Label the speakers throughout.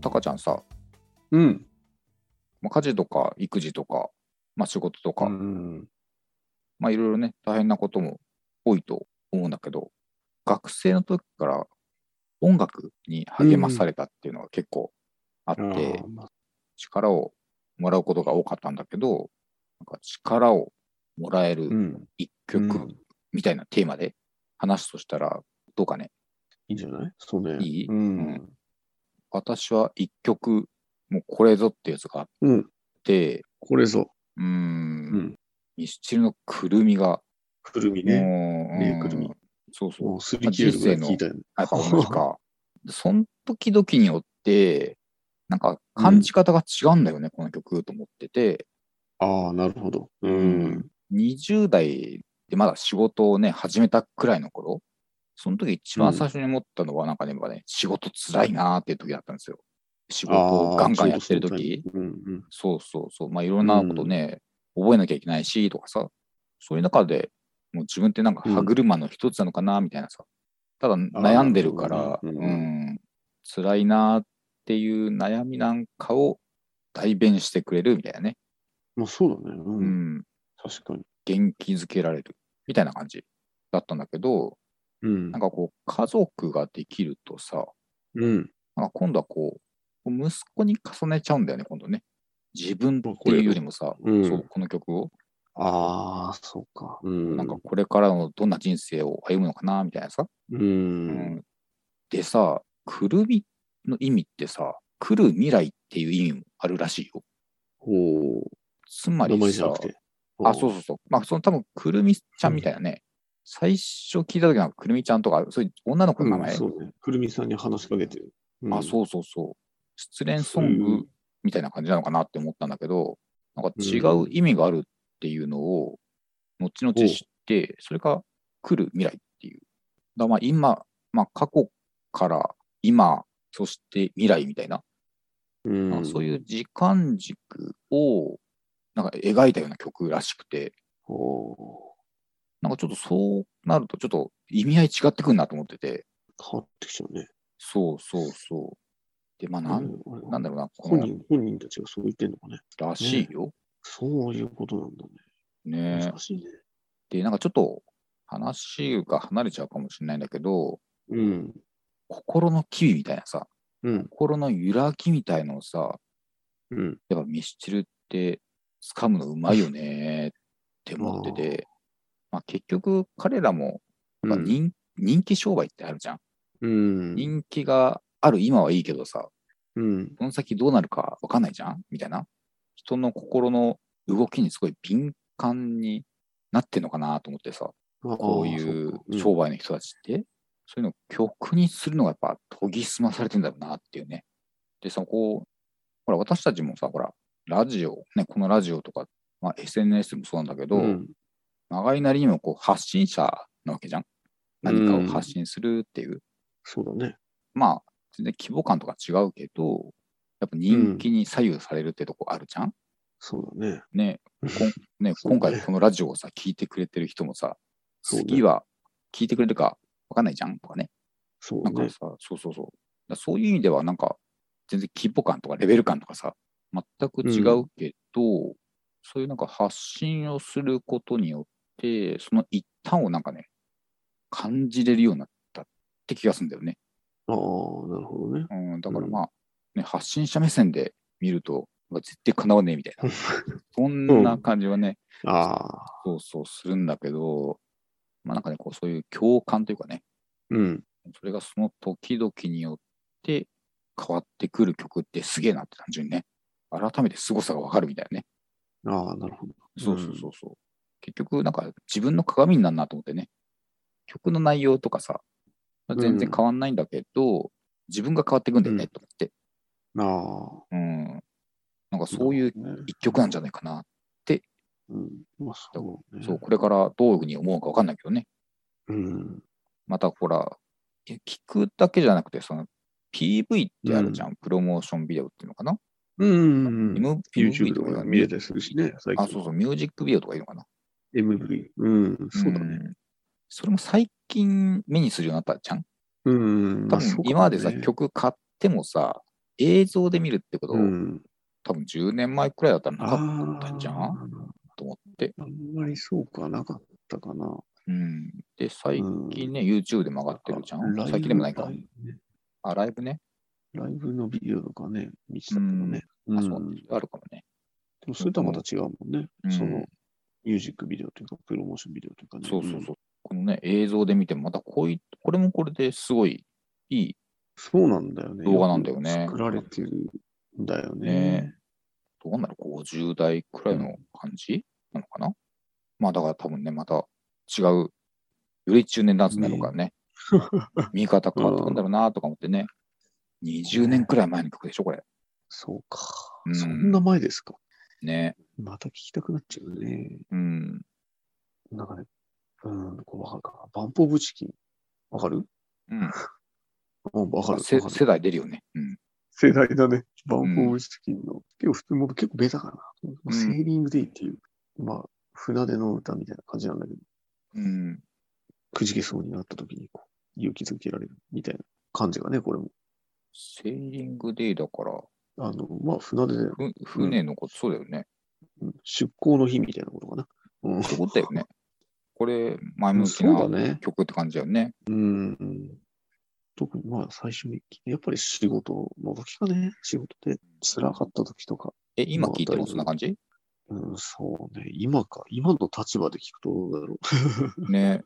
Speaker 1: タカちゃんさ、
Speaker 2: うん。
Speaker 1: まあ、家事とか育児とか、まあ、仕事とか、
Speaker 2: うん
Speaker 1: まあいろいろね、大変なことも多いと思うんだけど、学生の時から音楽に励まされたっていうのが結構あって、
Speaker 2: まあ
Speaker 1: 力をもらうことが多かったんだけど、なんか力をもらえる
Speaker 2: うん。
Speaker 1: 一
Speaker 2: う
Speaker 1: 曲
Speaker 2: ん
Speaker 1: みたいなテーマで話すとしたら、どうかね、
Speaker 2: いいんじゃないそうね。
Speaker 1: いい
Speaker 2: うん。
Speaker 1: 私は一曲、もうこれぞってやつがあっ
Speaker 2: うん。
Speaker 1: て、
Speaker 2: これぞ。
Speaker 1: うーん、
Speaker 2: うん。
Speaker 1: ミスチルのくるみが、
Speaker 2: くるみね。
Speaker 1: もう、
Speaker 2: ね
Speaker 1: うん
Speaker 2: くるみ
Speaker 1: そうそう。
Speaker 2: もうすり切れるぐらい聞いたよね。
Speaker 1: あやっぱ同じか。 その時々によって、なんか感じ方が違うんだよね、この曲と思ってて、
Speaker 2: ああ、なるほど。うん。
Speaker 1: 20代でまだ仕事をね、始めたくらいの頃、その時一番最初に思ったのは、なんかね、やっぱね、仕事つらいなーっていう時だったんですよ。仕事をガンガンやってる時
Speaker 2: うんうん。
Speaker 1: そうそうそう。まあいろんなことね、覚えなきゃいけないしとかさ、そういう中でもう自分ってなんか歯車の一つなのかなみたいなさ、ただ悩んでるから、
Speaker 2: な
Speaker 1: う
Speaker 2: るほどね
Speaker 1: ん、辛いなっていう悩みなんかを代弁してくれるみたいなね、
Speaker 2: まあそうだね。う。
Speaker 1: うんん、
Speaker 2: 確かに。
Speaker 1: 元気づけられるみたいな感じだったんだけど、
Speaker 2: うん
Speaker 1: なん。かこう家族ができるとさ、
Speaker 2: うん。
Speaker 1: なんか今度はこう、息子に重ねちゃうんだよね、今度ね。自分っていうよりもさ、
Speaker 2: うん
Speaker 1: そうこの曲を。
Speaker 2: ああ、そうか。うん。
Speaker 1: なんか、これからのどんな人生を歩むのかなみたいなさ。
Speaker 2: う。
Speaker 1: うんでさ、くるみの意味ってさ、来る未来っていう意味もあるらしいよ。
Speaker 2: ほう。
Speaker 1: つま
Speaker 2: 名
Speaker 1: り
Speaker 2: 前じゃ
Speaker 1: さ
Speaker 2: な、くて。
Speaker 1: あ、そうそうそう。まあ、その多分くるみちゃんみたいなね、最初聞いた時なんかくるみちゃんとか、そういう女の子
Speaker 2: うん。
Speaker 1: の名前、
Speaker 2: そうね。くるみさんに話しかけてる。
Speaker 1: あ、
Speaker 2: う
Speaker 1: そうそうそう。失恋ソン
Speaker 2: うん
Speaker 1: グみたいな感じなのかなって思ったんだけど、なんか違
Speaker 2: う
Speaker 1: う意味があるっていうのを、後々知って、それが来る未来っていう。だからまあ今、まあ過去から今、そして未来みたいな、
Speaker 2: ん。
Speaker 1: なんか
Speaker 2: うん。
Speaker 1: そういう時間軸をなんか描いたような曲らしくて、
Speaker 2: ほ
Speaker 1: なんかちょっとそうなるとちょっと意味合い違ってくるなと思ってて、
Speaker 2: う。変わってきちゃうね。
Speaker 1: そうそうそう。で、まあなん、
Speaker 2: うんあれ
Speaker 1: なんだろうな、こ
Speaker 2: 本
Speaker 1: の
Speaker 2: 人、本人たちがそう言ってんのかね。
Speaker 1: らしいよ。
Speaker 2: そういうことなんだ
Speaker 1: ね
Speaker 2: ね。難しいね。
Speaker 1: で、なんかちょっと話が離れちゃうかもしれないんだけど、
Speaker 2: うん。
Speaker 1: 心の機微みたいなさ、
Speaker 2: うん。
Speaker 1: 心の揺らぎみたいのをさ、
Speaker 2: うん。
Speaker 1: やっぱミスチルって掴むのうまいよねって思ってて、まあ、結局彼らもやっぱ人,、人気商売ってあるじゃん。
Speaker 2: うん。
Speaker 1: 人気がある今はいいけどさ、
Speaker 2: うん。
Speaker 1: この先どうなるかわかんないじゃんみたいな。人の心の動きにすごい敏感になってんのかなと思ってさ。こういう商
Speaker 2: 売。
Speaker 1: 売の人たちって、そういうのを曲にするのがやっぱ研ぎ澄まされてんだろうなっていうね。で、そこ、ほら、私たちもさ、ほら、ラジオ、ね、このラジオとか、まあ、SNS でもそうなんだけど、
Speaker 2: うん
Speaker 1: 長いなりにもこう発信者なわけじゃん。何かを発信するっていう。
Speaker 2: そうだね。
Speaker 1: まあ、全然規模感とか違うけど、やっぱ人気に左右されるってとこあるじゃん。
Speaker 2: そうだね。
Speaker 1: ね、こ んね
Speaker 2: そうね
Speaker 1: 今回このラジオをさ、聞いてくれてる人もさ、
Speaker 2: そうね
Speaker 1: 次は聞いてくれるかわかんないじゃんとかね。
Speaker 2: そう
Speaker 1: な
Speaker 2: だ
Speaker 1: んか
Speaker 2: ね。
Speaker 1: さ、そうそうそう。だそういう意味では、なんか、全然規模感とかレベル感とかさ、全く違うけど、そういうなんか発信をすることによって、その一端をなんかね、感じれるようになったって気がするんだよね。
Speaker 2: ああ、なるほどね。
Speaker 1: うん、だから
Speaker 2: うん
Speaker 1: まあ、ね、発信者目線で見ると、まあ絶対叶わねえみたい な、そんな感じはね、
Speaker 2: ああ、
Speaker 1: そうそうするんだけど、まあなんかね、こうそういう共感というかね、
Speaker 2: うん。
Speaker 1: それがその時々によって変わってくる曲ってすげえなって単純にね、改めて凄さがわかるみたいなね。
Speaker 2: ああ、なるほど。
Speaker 1: そうそうそうそう。結局、なんか自分の鏡になるなと思ってね、曲の内容とかさ、全然変わんないんだけど、自分が変わってくんだよねと思って、
Speaker 2: ああ。
Speaker 1: うん。なんかそういう一曲なんじゃないかな。
Speaker 2: うん。まあ、そうね。
Speaker 1: そう、これからどういうふうに思うかわかんないけどね。
Speaker 2: うん。
Speaker 1: またほら、え聞くだけじゃなくて、その PV ってあるじゃん、プロモーションビデオっていうのかな。
Speaker 2: うん。
Speaker 1: M-
Speaker 2: YouTube
Speaker 1: MV と
Speaker 2: と
Speaker 1: か
Speaker 2: か見れたりするしね、最
Speaker 1: あ、そう
Speaker 2: 近。
Speaker 1: そう、ミュージックビデオとかいうのかな。
Speaker 2: MV。うん。そうだね。
Speaker 1: ん。それも最近目にするようになったじゃん。
Speaker 2: うん。
Speaker 1: 多分今までさ、曲買ってもさ、映像で見るってことを、
Speaker 2: うん。
Speaker 1: 多分10年前くらいだったらな
Speaker 2: あ
Speaker 1: かっ
Speaker 2: あ
Speaker 1: たんじゃんと思って、
Speaker 2: あんまりそうかなかったかな。
Speaker 1: うん、で最
Speaker 2: うん
Speaker 1: 近ね、YouTube でも上がってるじゃん
Speaker 2: ライブ
Speaker 1: 最近でもないか
Speaker 2: ライブね
Speaker 1: あライブね
Speaker 2: ライブのビデオとかね、見てたけどね。
Speaker 1: あ
Speaker 2: うん
Speaker 1: そうあるかもね、
Speaker 2: でもそれとはまた違うもんね。
Speaker 1: うん
Speaker 2: そのミュージックビデオというか、プロモーションビデオというかね。
Speaker 1: そうそう
Speaker 2: うん
Speaker 1: そうこのね映像で見てもまたこういこれもこれですごいいい
Speaker 2: そうなんだよね。
Speaker 1: 動画なんだよね
Speaker 2: く作られてるんだよね。
Speaker 1: ねどうなんだろう50代くらいの感じなのかなまあだから多分ねまた違うより中年ダンスになるからね見方変わってくんだろうなとか思ってね20年くらい前の曲でしょこれ
Speaker 2: そうか、
Speaker 1: うん
Speaker 2: そんな前ですか。
Speaker 1: ね
Speaker 2: また聞きたくなっちゃうね。
Speaker 1: うん
Speaker 2: なんかね、うん、こうわかるかな。バンポブチキン。わかる
Speaker 1: うん
Speaker 2: うん、わかる。
Speaker 1: せ
Speaker 2: わかる
Speaker 1: 世代出るよね。うん。
Speaker 2: 世代だね。バンポブチキンの。結構普通、もう結構ベタかな。
Speaker 1: ん
Speaker 2: セーリングデイっていう、まあ、船出の歌みたいな感じなんだけど、
Speaker 1: うん。
Speaker 2: くじけそうになった時にこう勇気づけられるみたいな感じがね、これも。
Speaker 1: セーリングデイだから、
Speaker 2: あの、まあ、船出で、
Speaker 1: ふ船のこと、そうだよね。
Speaker 2: うん出港の日みたいなことかな。うん
Speaker 1: ってことだよね。これ、前
Speaker 2: うん
Speaker 1: 向き
Speaker 2: そうだ
Speaker 1: な
Speaker 2: ね。
Speaker 1: 曲って感じだよね。
Speaker 2: うん。特にまあ最初に、やっぱり仕事の時かね、仕事で辛かった時とか、
Speaker 1: え、今聴いて
Speaker 2: ま
Speaker 1: も
Speaker 2: あ
Speaker 1: そんな感じ
Speaker 2: うん、そうね、今か、今の立場で聞くとどうだろ
Speaker 1: ね。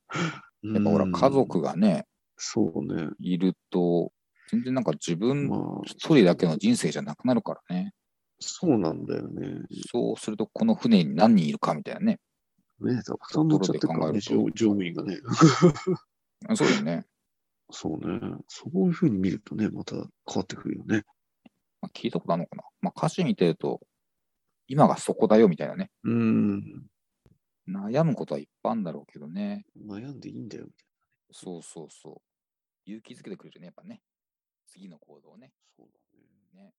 Speaker 2: う。
Speaker 1: やっぱほら、家族がね、
Speaker 2: そうね、
Speaker 1: いると、全然なんか自分
Speaker 2: まあ、
Speaker 1: 一人だけの人生じゃなくなるからね。
Speaker 2: そうなんだよね。
Speaker 1: そうすると、この船に何人いるかみたいなね。
Speaker 2: ね、たくさん乗っちゃってるからね、
Speaker 1: ところで考える
Speaker 2: 乗
Speaker 1: と
Speaker 2: 乗務員がね。
Speaker 1: あそうだよね。
Speaker 2: そうね、そういうふうに見るとね、また変わってくるよね。
Speaker 1: まあ、聞いたことあるのかな。まあ、歌詞見てると、今がそこだよみたいなね。
Speaker 2: うん、
Speaker 1: 悩むことはいっぱいあるんだろうけどね。
Speaker 2: 悩んでいいんだよ、みたい
Speaker 1: そうそうそう。勇気づけてくれるね、やっぱね。次の行動をね。
Speaker 2: な。そうだね。
Speaker 1: ね